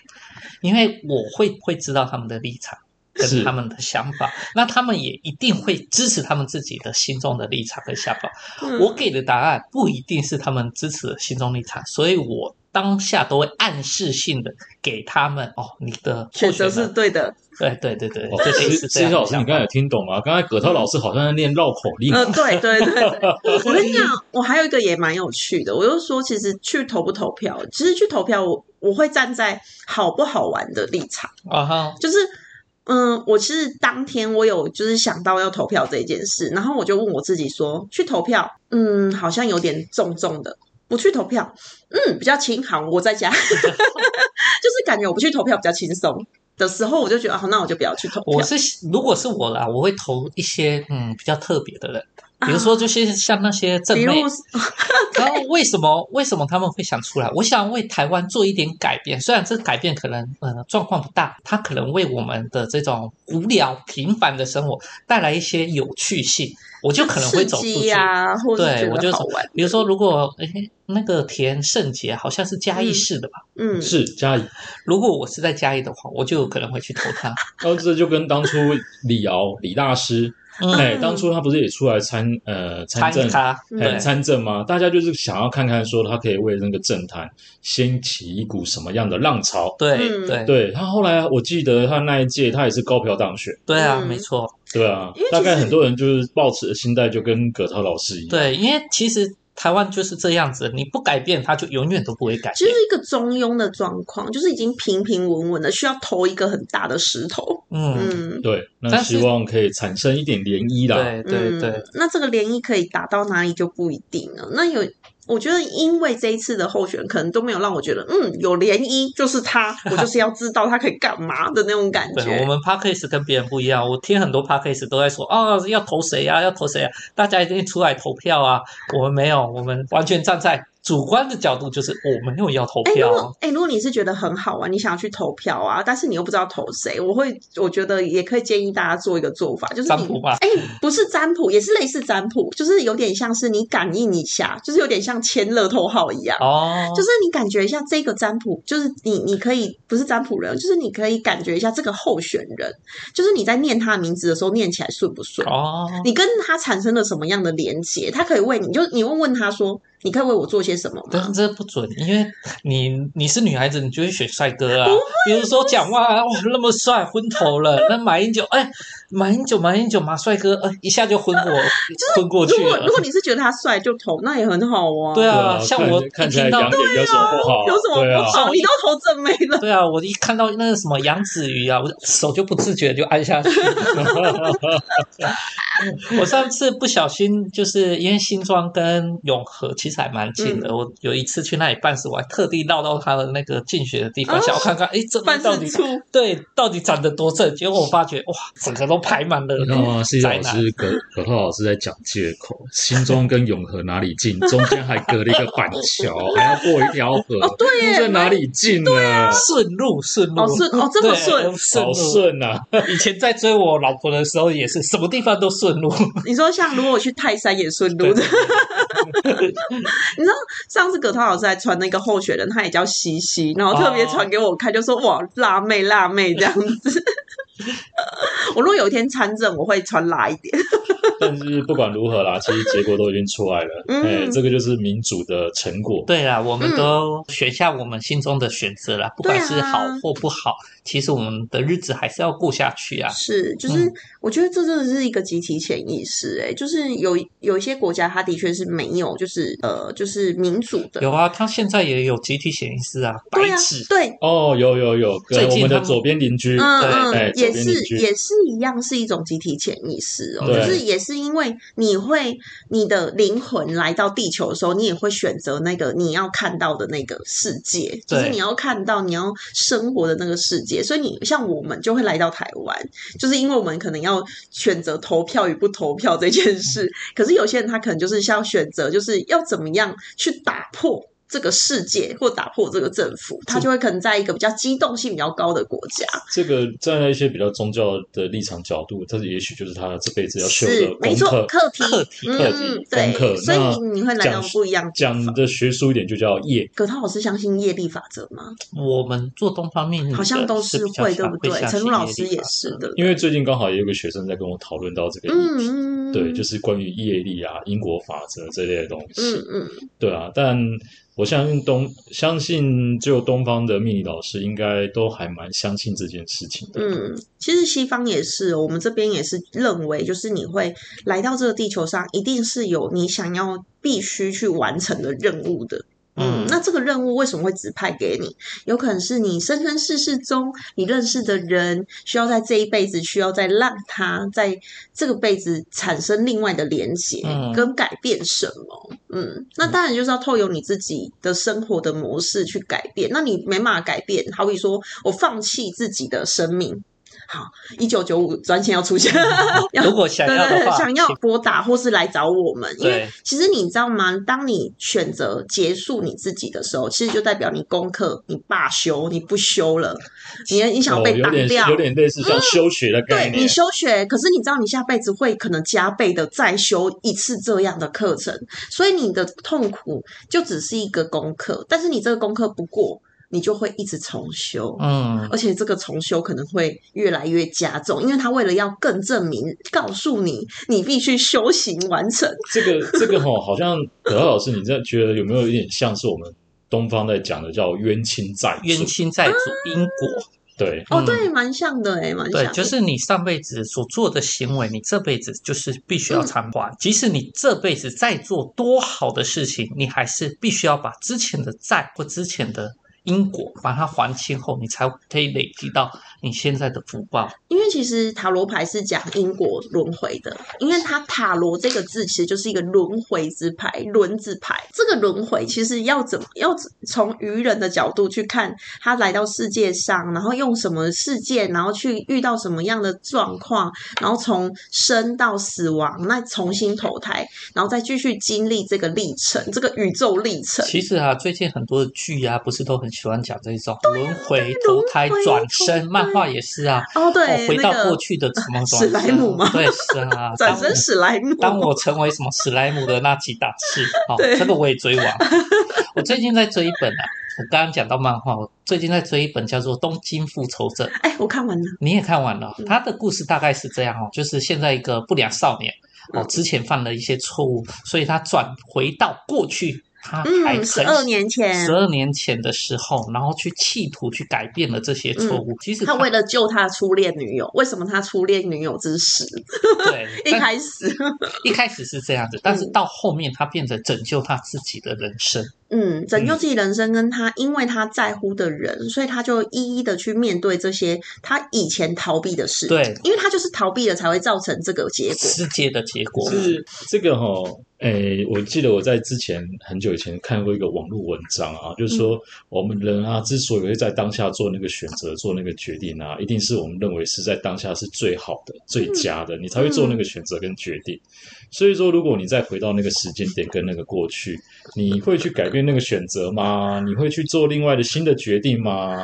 A: 因为我会会知道他们的立场
C: 是
A: 跟他们的想法，那他们也一定会支持他们自己的心中的立场跟想法。
B: 嗯
A: 我给的答案不一定是他们支持的心中立场，所以我当下都会暗示性的给他们哦，你的
B: 选择
A: 候选
B: 是
A: 人
B: 对的，
A: 对对对对，
C: 哦
A: 这类
C: C
A: 似这
C: C
A: 样
C: C
A: 的
C: 老师，
A: 想
C: 你
A: 法
C: 刚才有听懂吗？刚才葛涛老师好像在念绕口令。
B: 呃，对对对对，我跟你讲，我还有一个也蛮有趣的，我就说，其实去投不投票，其实去投票我，我会站在好不好玩的立场，
A: 啊哈，
B: 就是。嗯，我其实当天我有就是想到要投票这件事，然后我就问我自己说，去投票，嗯，好像有点重重的；不去投票，嗯，比较轻，好，我在家， 就是感觉我不去投票比较轻松的时候，我就觉得，好，那我就不要去投票。
A: 我是如果是我啦，我会投一些嗯比较特别的人，比如说就是像那些正
B: 啊比如
A: 妹，然后为什么为什么他们会想出来？我想为台湾做一点改变，虽然这改变可能呃状况不大，它可能为我们的这种无聊平凡的生活带来一些有趣性，我就可能会
B: 刺
A: 走出
B: 激
A: 去。
B: 呀、或者
A: 对，
B: 觉
A: 我就是
B: 得好玩，
A: 比如说，如果诶那个田圣杰好像是嘉义
B: 嗯
A: 市的吧，
B: 嗯，
C: 是嘉怡，
A: 如果我是在嘉义的话，我就有可能会去投他。
C: 然后哦这就跟当初李敖李大师，
A: 嗯
C: 哎，当初他不是也出来参呃参
A: 参
C: 政
A: 与，他，
B: 嗯
C: 哎
A: 对，
C: 参政吗？大家就是想要看看说他可以为那个政坛掀起一股什么样的浪潮。
A: 对
B: 嗯
A: 对
C: 对他后来，我记得他那一届他也是高票当选，
A: 对啊，
B: 嗯
A: 没错，
C: 对啊
B: 因为，其
C: 大概
B: 实
C: 很多人就是抱持的心态就跟葛涛老师一样，
A: 对，因为其实台湾就是这样子，你不改变，它就永远都不会改
B: 其实
A: 变。
B: 一个中庸的状况，就是已经平平稳稳的，需要投一个很大的石头。
A: 嗯，
B: 嗯，
C: 对，那
A: 但是
C: 希望可以产生一点涟漪啦。
A: 对对对
B: 嗯，那这个涟漪可以打到哪里就不一定了。那有，我觉得因为这一次的候选人可能都没有让我觉得，嗯，有涟漪就是他，我就是要知道他可以干嘛的那种感
A: 对，我
B: 觉。
A: 们 podcast 跟别人不一样，我听很多 podcast 都在说哦，要投谁啊，要投谁啊，大家一定出来投票啊。我们没有，我们完全站在主观的角度，就是我没有要投
B: 哎，如
A: 票啊
B: 果。哎，如果你是觉得很好玩，你想要去投票啊，但是你又不知道投谁，我会我觉得也可以建议大家做一个做法，就是
A: 占
B: 你
A: 卜嘛，
B: 哎、不是占卜，也是类似占卜，就是有点像是你感应一下，就是有点像签乐透号一样。
A: 哦，
B: 就是你感觉一下这个占卜，就是你你可以不是占卜
A: 嗯
B: 人，就是你可以感觉一下这个候选人，就是你在念他的名字的时候念起来顺不顺，
A: 哦，
B: 你跟他产生了什么样的连接，他可以为你就你会问他说，你可以为我做些什么
A: 但
B: 吗
A: 是？这不准，因为你你是女孩子，你就会选帅哥啊。比如说讲话啊，哇那么帅，昏头了。那马英九，哎，马英九，马英九，马帅哥，呃，一下就昏 过，昏过去
B: 如果
A: 了
B: 如。果你是觉得他帅就投，那也很好啊。
A: 对
C: 对
A: 啊，
C: 啊，
A: 像
C: 看
A: 我
C: 看
A: 一
C: 起来
A: 听到
C: 两，点有什么不好？
B: 有什么
C: 对啊
B: 不好？你都投正妹了，
A: 对啊，我一看到那个什么杨子瑜啊，我手就不自觉地就按下去。 我上次不小心，就是因为新庄跟永和其实还蛮近
B: 嗯
A: 的。我有一次去那里办事，我还特地绕到他的那个进学的地方，
B: 哦
A: 想要看看，哎，这边
B: 办
A: 到
B: 事
A: 底
B: 处
A: 对到底长得多正？结果我发觉，哇，整个都排满了
D: 你知道
C: 哦
D: 吗？是一老
A: 宅男。
D: 师葛葛浩老师在讲借口，新庄跟永和哪里近？中间还隔了一个板桥，还要过一条河，
B: 对耶
D: 这哪里近呢？
A: 顺路，顺路，
B: 哦顺哦这么
A: 对
B: 顺
A: 顺
C: 好
A: 路。
C: 顺啊！
A: 以前在追我老婆的时候，也是什么地方都顺路。
B: 你说像如果我去泰山也顺路的， 你知道上次葛涛老师还传那个候选人，他也叫西西，然后特别传给我看，就说哇辣妹辣妹这样子。 我如果有一天参政，我会穿辣一点。
C: 但是不管如何啦，其实结果都已经出来了，
B: 嗯
C: 哎，这个就是民主的成果。
A: 对啦，我们
B: 嗯
A: 都选下我们心中的选择啦，不
B: 啊
A: 管是好或不好，其实我们的日子还是要过下去啊。
B: 是，就是
A: 嗯
B: 我觉得这真的是一个集体潜意识、哎，就是有有一些国家，它的确是没有，就是呃，就是民主的，
A: 有啊，他现在也有集体潜意识啊，白
B: 对啊
A: 纸，，
B: 对，
C: 哦，有有有，
A: 最
C: 跟我
A: 近
C: 们
A: 他
C: 的
A: 们
C: 左边邻居，
B: 嗯
C: 哎
B: 嗯，也
C: 左边邻
B: 是
C: 居
B: 也是一样，是一种集体潜意识哦，
C: 对
B: 就是也是因为你会你的灵魂来到地球的时候，你也会选择那个你要看到的那个世界，就是
A: 对
B: 你要看到你要生活的那个世界，所以你像我们就会来到台湾，就是因为我们可能要选择投票与不投票这件事，可是有些人他可能就是要选择，就是要怎么样去打破。这个世界或打破这个政府，他就会可能在一个比较机动性比较高的国家，
C: 这个站在一些比较宗教的立场角度，它也许就是他这辈子要修
B: 是
C: 的功
B: 没错，
C: 课。
B: 课题，
A: 课题
B: 嗯
C: 课题
B: 对
C: 功课，
B: 所
C: 那
B: 以你会来到
C: 讲
B: 不一样的地
C: 讲
B: 方。
C: 的学术一点就叫业，
B: 葛涛老师相信业力法则吗？
A: 我们做东方
C: 嗯
A: 面
B: 好像都
A: 是比较
B: 会，对
A: 常
B: 不
A: 会
B: 对？
A: 相
B: 陈
A: 信
B: 儒老
A: 业
B: 师
A: 力
B: 也
A: 法
B: 是
A: 则
B: 的，
C: 因为最近刚好也有个学生在跟我讨论到这个议题，
B: 嗯嗯，
C: 对，就是关于业力啊、因果法则这类的东西，
B: 嗯嗯，
C: 对啊。但我相信东，相信就东方的命理老师应该都还蛮相信这件事情的，
B: 嗯，其实西方也是，我们这边也是认为，就是你会来到这个地球上，一定是有你想要必须去完成的任务的。嗯
A: 嗯，
B: 那这个任务为什么会指派给你？有可能是你生生世世中你认识的人，需要在这一辈子需要再让他在这个辈子产生另外的连接
A: 嗯
B: 跟改变什么。嗯，那当然就是要透由你自己的生活的模式去改变。那你没办法改变，好比说我放弃自己的生命。好，一九九五专线要出现， 要
A: 如果想嗯要
B: 对对
A: 的
B: 对，
A: 话，
B: 想要拨打或是来找我们，因为
A: 对
B: 其实你知道吗？当你选择结束你自己的时候，其实就代表你功课你罢休，你不修了，你你想要
C: 哦，
B: 被
C: 有
B: 挡
C: 点
B: 掉。嗯
C: 有点类似像休学的概
B: 对你
C: 念，
B: 休学，可是你知道你下辈子会可能加倍的再修一次这样的课程，所以你的痛苦就只是一个功课，但是你这个功课不过，你就会一直重修。
A: 嗯，
B: 而且这个重修可能会越来越加重，因为他为了要更证明，告诉你你必须修行完成。
C: 这个这个吼，好像葛浩老师，你这觉得有没有一点像是我们东方在讲的叫冤亲债主？
A: 冤亲债主
B: 嗯
A: 因果，
C: 对，
B: 哦，
A: 嗯
B: 对，蛮像的哎，蛮像
A: 对，
B: 的。
A: 就是你上辈子所做的行为，你这辈子就是必
B: 嗯
A: 须要偿还。即使你这辈子再做多好的事情，你还是必须要把之前的债或之前的因果把它还清后，你才可以累积到你现在的福报。
B: 因为其实塔罗牌是讲因果轮回的，因为它塔罗这个字其实就是一个轮回之牌，轮子牌。这个轮回其实要怎么要从愚人的角度去看，他来到世界上，然后用什么事件，然后去遇到什么样的状况，然后从生到死亡，那重新投胎，然后再继续经历这个历程，这个宇宙历程。
A: 其实啊，最近很多的剧啊，不是都很喜欢讲这种轮回、投胎
B: 啊轮回、
A: 转
B: 投
A: 生，漫
B: 胎
A: 画也是啊。
B: 哦，对，
A: 哦回到
B: 那个
A: 过去的什么什么
B: 史莱姆吗，
A: 对，是啊
B: 转生
A: 当
B: 史莱姆，
A: 当我成为什么史莱姆的那几档次，哦，这个我也追完。我最近在追一本啊，我刚刚讲到漫画，我最近在追一本叫做《东京复仇者》，
B: 哎，我看完了，
A: 你也看完了。
B: 嗯
A: 他的故事大概是这样哦，就是现在一
B: 嗯
A: 个不良少年哦，之前犯了一些错误，所以他转回到过去他还
B: 嗯，
A: 很
B: 十二年前
A: 十，二年前的时候，然后去企图去改变了这些错误。其实
B: 嗯 他为了救他初恋女 友，为什么他初恋女友之死？
A: 对
B: 一
A: 但
B: 开嗯始，
A: 一开始是这样子，但是到后面他变成拯救他自己的人生。
B: 嗯，拯救自己人生，跟他因为他在乎的人，所以他就一一的去面对这些他以前逃避的事。
A: 对，
B: 因为他就是逃避了，才会造成这个结果。
A: 世界的结果
C: 是这个哈、诶，我记得我在之前很久以前看过一个网络文章啊，就是说我们人啊，之所以会在当下做那个选择、做那个决定啊，一定是我们认为是在当下是最好的、最佳的，你才会做那个选择跟决定。所以说，如果你再回到那个时间点跟那个过去，你会去改变那个选择吗？你会去做另外的新的决定吗？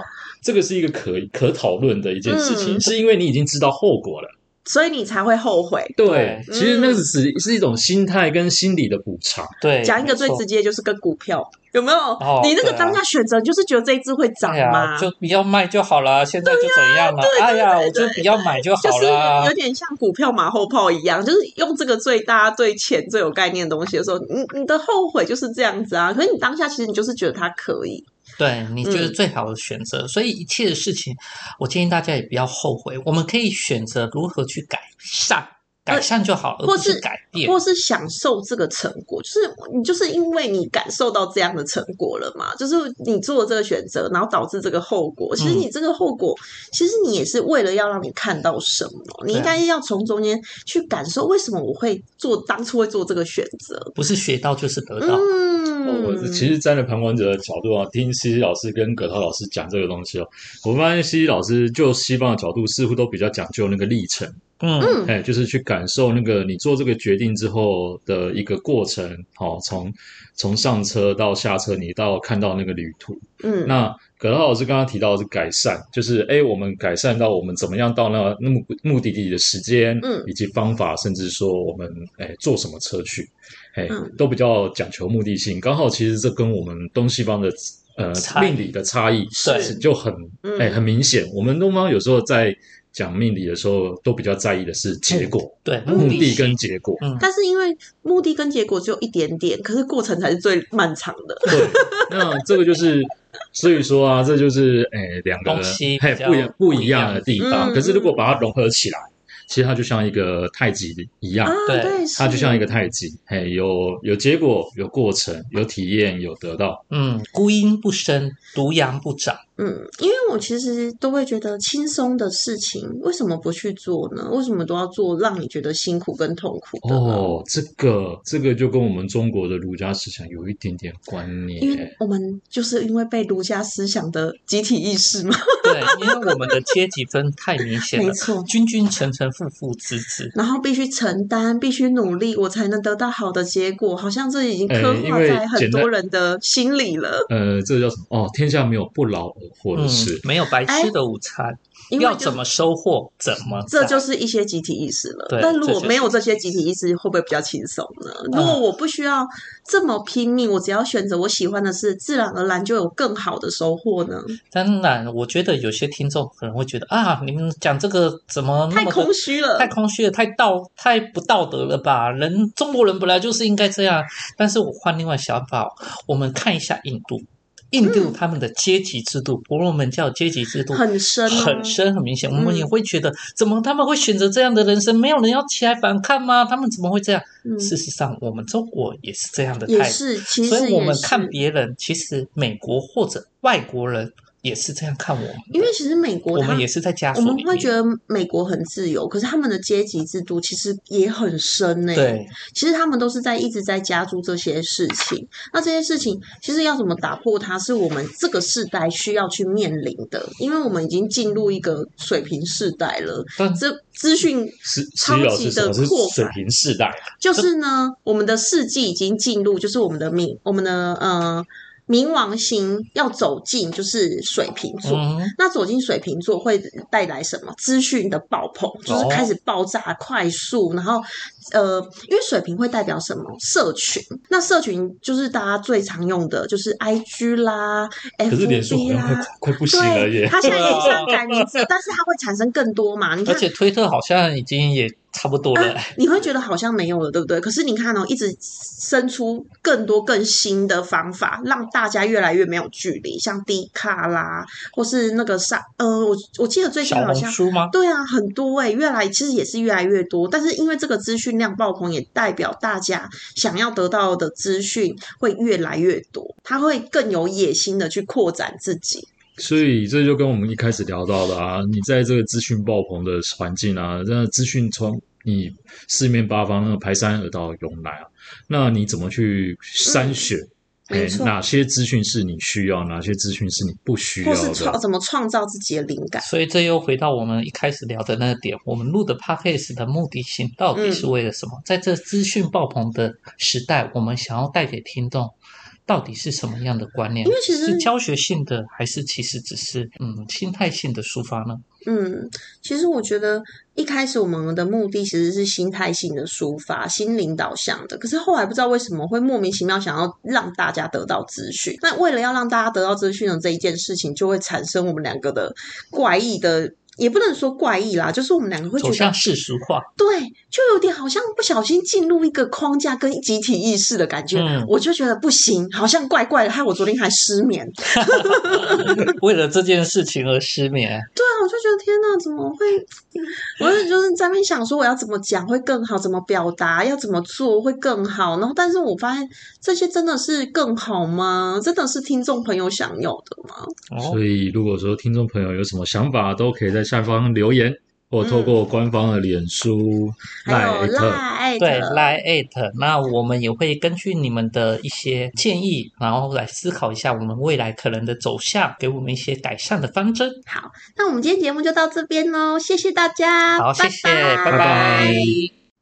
C: 这个是一个可可讨论的一件事情，
B: 嗯
C: 是因为你已经知道后果了。
B: 所以你才会后悔。
A: 对
D: 对，其实那个
B: 嗯
D: 只是一种心态跟心理的补偿。
A: 对，
B: 讲一个最
A: 没错
B: 直接，就是跟股票有没有？
A: 哦
B: 你那个
A: 对啊
B: 当下选择，就是觉得这一只会涨
A: 对啊，
B: 嘛，啊
A: 就不要卖就好了，现在就怎样了？哎呀，我就不要买就好
B: 就是
A: 了
B: 有。点像股票马后炮一样，就是用这个最大对钱最有概念的东西的时候，你你的后悔就是这样子啊。可是你当下其实你就是觉得它可以，
A: 对，
B: 嗯
A: 你就是最好的选择。所以一切的事情，我建议大家也不要后悔，我们可以选择如何去改善，改善就好，而
B: 或
A: 不是
B: 是
A: 改变。
B: 或是享受这个成果，就是你就是因为你感受到这样的成果了嘛，就是你做这个选择，然后导致这个后果。其实你这个后果，其实你也是为了要让你看到什么，你应该要从中间去感受为什么我会做当初会做这个选择。
A: 不是学到就是得到，
B: 嗯，
C: 哦我其实站在旁观者的角度啊，听西西老师跟葛涛老师讲这个东西哦，我发现西西老师就西方的角度似乎都比较讲究那个历程，
A: 嗯，
B: 嗯
D: 哎，就是去感受那个你做这个决定之后的一个过程，好、从从上车到下车，你到看到那个旅途。
B: 嗯，
D: 那葛涛老师刚刚提到的是改善，就是哎，我们改善到我们怎么样到那那目目的地的时间，
B: 嗯
D: 以及方法，甚至说我们哎坐什么车去，哎
B: 嗯，
D: 都比较讲求目的性。刚好其实这跟我们东西方的呃
A: 差异
D: 命理的差异
A: 对
D: 是就很
B: 嗯
D: 哎很明显。我们东方有时候在讲命理的时候，都比较在意的是结果、
A: 对，
B: 嗯
D: 目
A: 嗯的
D: 的
A: 性
D: 跟结果。
A: 嗯，
B: 但是因为目的跟结果只有一点点，可是过程才是最漫长的。
D: 对，那这个就是，所以说啊，这就是诶两个
A: 东西
D: 嘿
A: 比较
D: 不一不一样的地
B: 嗯
D: 方。可是如果
B: 嗯
D: 把它融合起来，其实它就像一个太极一样
B: 啊，，
A: 对
B: 对，
D: 它就是像一个太极，嘿，有有结果，有过程，有体验，有得到。
A: 嗯，孤阴不生，独阳不长。
B: 嗯，因为我其实都会觉得轻松的事情，为什么不去做呢？为什么都要做让你觉得辛苦跟痛苦的呢？
D: 哦，这个这个就跟我们中国的儒家思想有一点点关
B: 因
D: 联
B: 为。我们就是因为被儒家思想的集体意识嘛，
A: 对，因为我们的阶级分太明显
B: 没
A: 了，
B: 错。
A: 君君臣臣父父子子，
B: 然后必须承担，必须努力，我才能得到好的结果。好像这已经
D: 哎
B: 刻
D: 因
B: 画
D: 为
B: 在很
D: 简单
B: 多人的心里了。
D: 呃，这个叫什么？哦，天下没有不劳而获的
A: 嗯
D: 事。，
A: 没有白吃的午餐，
B: 哎因为
A: 要
B: 就
A: 怎么收获怎么
B: 这
A: 干
B: 就是一些集体意识了
A: 对。
B: 但如
A: 这嗯
B: 果
A: 就是
B: 没有这些集体意识，会不会比较轻松呢？如果我不需要这么拼命，我只要选择我喜欢的事，自然而然就有更好的收获呢？
A: 当然，我觉得有些听众可能会觉得啊，你们讲这个怎么那
B: 太
A: 么
B: 空
A: 的
B: 虚了
A: 太。空虚了，太道太不道德了吧？人中国人本来就是应该这样。但是我换另外想法，我们看一下印度，印度他们的阶级制度，婆罗门教阶级制度
B: 嗯很深、哦，
A: 很。深很明显，我们也
B: 嗯
A: 会觉得，怎么他们会选择这样的人生？没有人要起来反抗吗？他们怎么会这样？
B: 嗯，
A: 事实上，我们中国也是这样的
B: 也
A: 态度，
B: 是，其实
A: 所以我
B: 也
A: 们
B: 是。
A: 看别人，其实美国或者外国人也是这样看我们，
B: 因为其实美国
A: 我
B: 它
A: 们也是在枷
B: 我
A: 锁
B: 们
A: 里
B: 会觉
A: 面。
B: 得美国很自由，可是他们的阶级制度其实也很深呢、
A: 对，
B: 其实他们都是在一直在加注这些事情。那这些事情其实要怎么打破它，是我们这个世代需要去面临的，因为我们已经进入一个水平世代了。
A: 但
B: 这资讯
D: 西西
B: 超
D: 老
B: 级
D: 师什
B: 的
D: 么是
B: 扩
D: 水
B: 展，
D: 平世代？啊
B: 就是呢，我们的世纪已经进入，就是我们的冥，我们的呃冥王星要走进就是水瓶座。
A: 嗯，
B: 那走进水瓶座会带来什么？资讯的爆棚，
C: 哦
B: 就是开始爆炸、快速，然后呃，因为水瓶会代表什么？社群。那社群就是大家最常用的，就是 IG 啦、
C: 可是脸书好
B: FB
C: 像快
B: 啦。
C: 快不行了
B: 对，
C: 耶。
B: 它现在已经想改名字，但是它会产生更多嘛？你
A: 而
B: 看，
A: 且推特好像已经也差不多了。
B: 你会觉得好像没有了，对不对？可是你看哦，一直生出更多更新的方法，让大家越来越没有距离，像低卡啦，或是那个上，呃，我我记得最近
A: 小
B: 好
A: 红
B: 像。
A: 书吗？
B: 对啊，很多哎、越来其实也是越来越多，但是因为这个资讯量爆棚，也代表大家想要得到的资讯会越来越多，他会更有野心的去扩展自己。
C: 所以这就跟我们一开始聊到的啊，你在这个资讯爆棚的环境啊，那资讯从你四面八方那个排山而到涌来啊，那你怎么去筛选？
B: 嗯没
C: 哎，
B: 错
C: 哪些资讯是你需要，哪些资讯是你不需要
B: 或是创
C: 的？
B: 怎么创造自己的灵感？
A: 所以这又回到我们一开始聊的那个点，我们录的 podcast 的目的性到底
B: 嗯
A: 是为了什么？在这资讯爆棚的时代，我们想要带给听众到底是什么样的观念？
B: 因为其实
A: 是教学性的，还是其实只是嗯心态性的抒发呢？
B: 嗯，其实我觉得一开始我们的目的其实是心态性的抒发、心灵导向的，可是后来不知道为什么会莫名其妙想要让大家得到资讯。那为了要让大家得到资讯的这一件事情，就会产生我们两个的怪异的。也不能说怪异啦，就是我们两个会觉
A: 走
B: 得
A: 向世俗化，
B: 对，就有点好像不小心进入一个框架跟集体意识的感觉，
A: 嗯
B: 我就觉得不行，好像怪怪的，害我昨天还失眠。对
A: 为了这件事情而失眠。
B: 啊，我就觉得天哪，怎么会？我就就是在那边想说，我要怎么讲会更好，怎么表达，要怎么做会更好。然后，但是我发现这些真的是更好吗？真的是听众朋友想要的吗？
A: 哦
C: 所，以如果说听众朋友有什么想法，都可以在下方留言，或透过官方的脸书、
B: 嗯
C: 呃
B: 还有
C: 艾特。
B: 赖
A: 对
B: 的
A: ，Line at，那我们也会根据你们的一些建议，然后来思考一下我们未来可能的走向，给我们一些改善的方针。
B: 那我们今天节目就到这边喽，谢谢大家，
A: 好，谢谢，拜
C: 拜拜